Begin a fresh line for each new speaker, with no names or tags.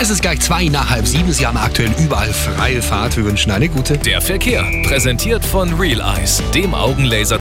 Es ist gleich zwei nach halb sieben. Sie haben aktuell überall freie Fahrt. Wir wünschen eine gute.
Der Verkehr, präsentiert von Real Eyes, dem Augenlaser.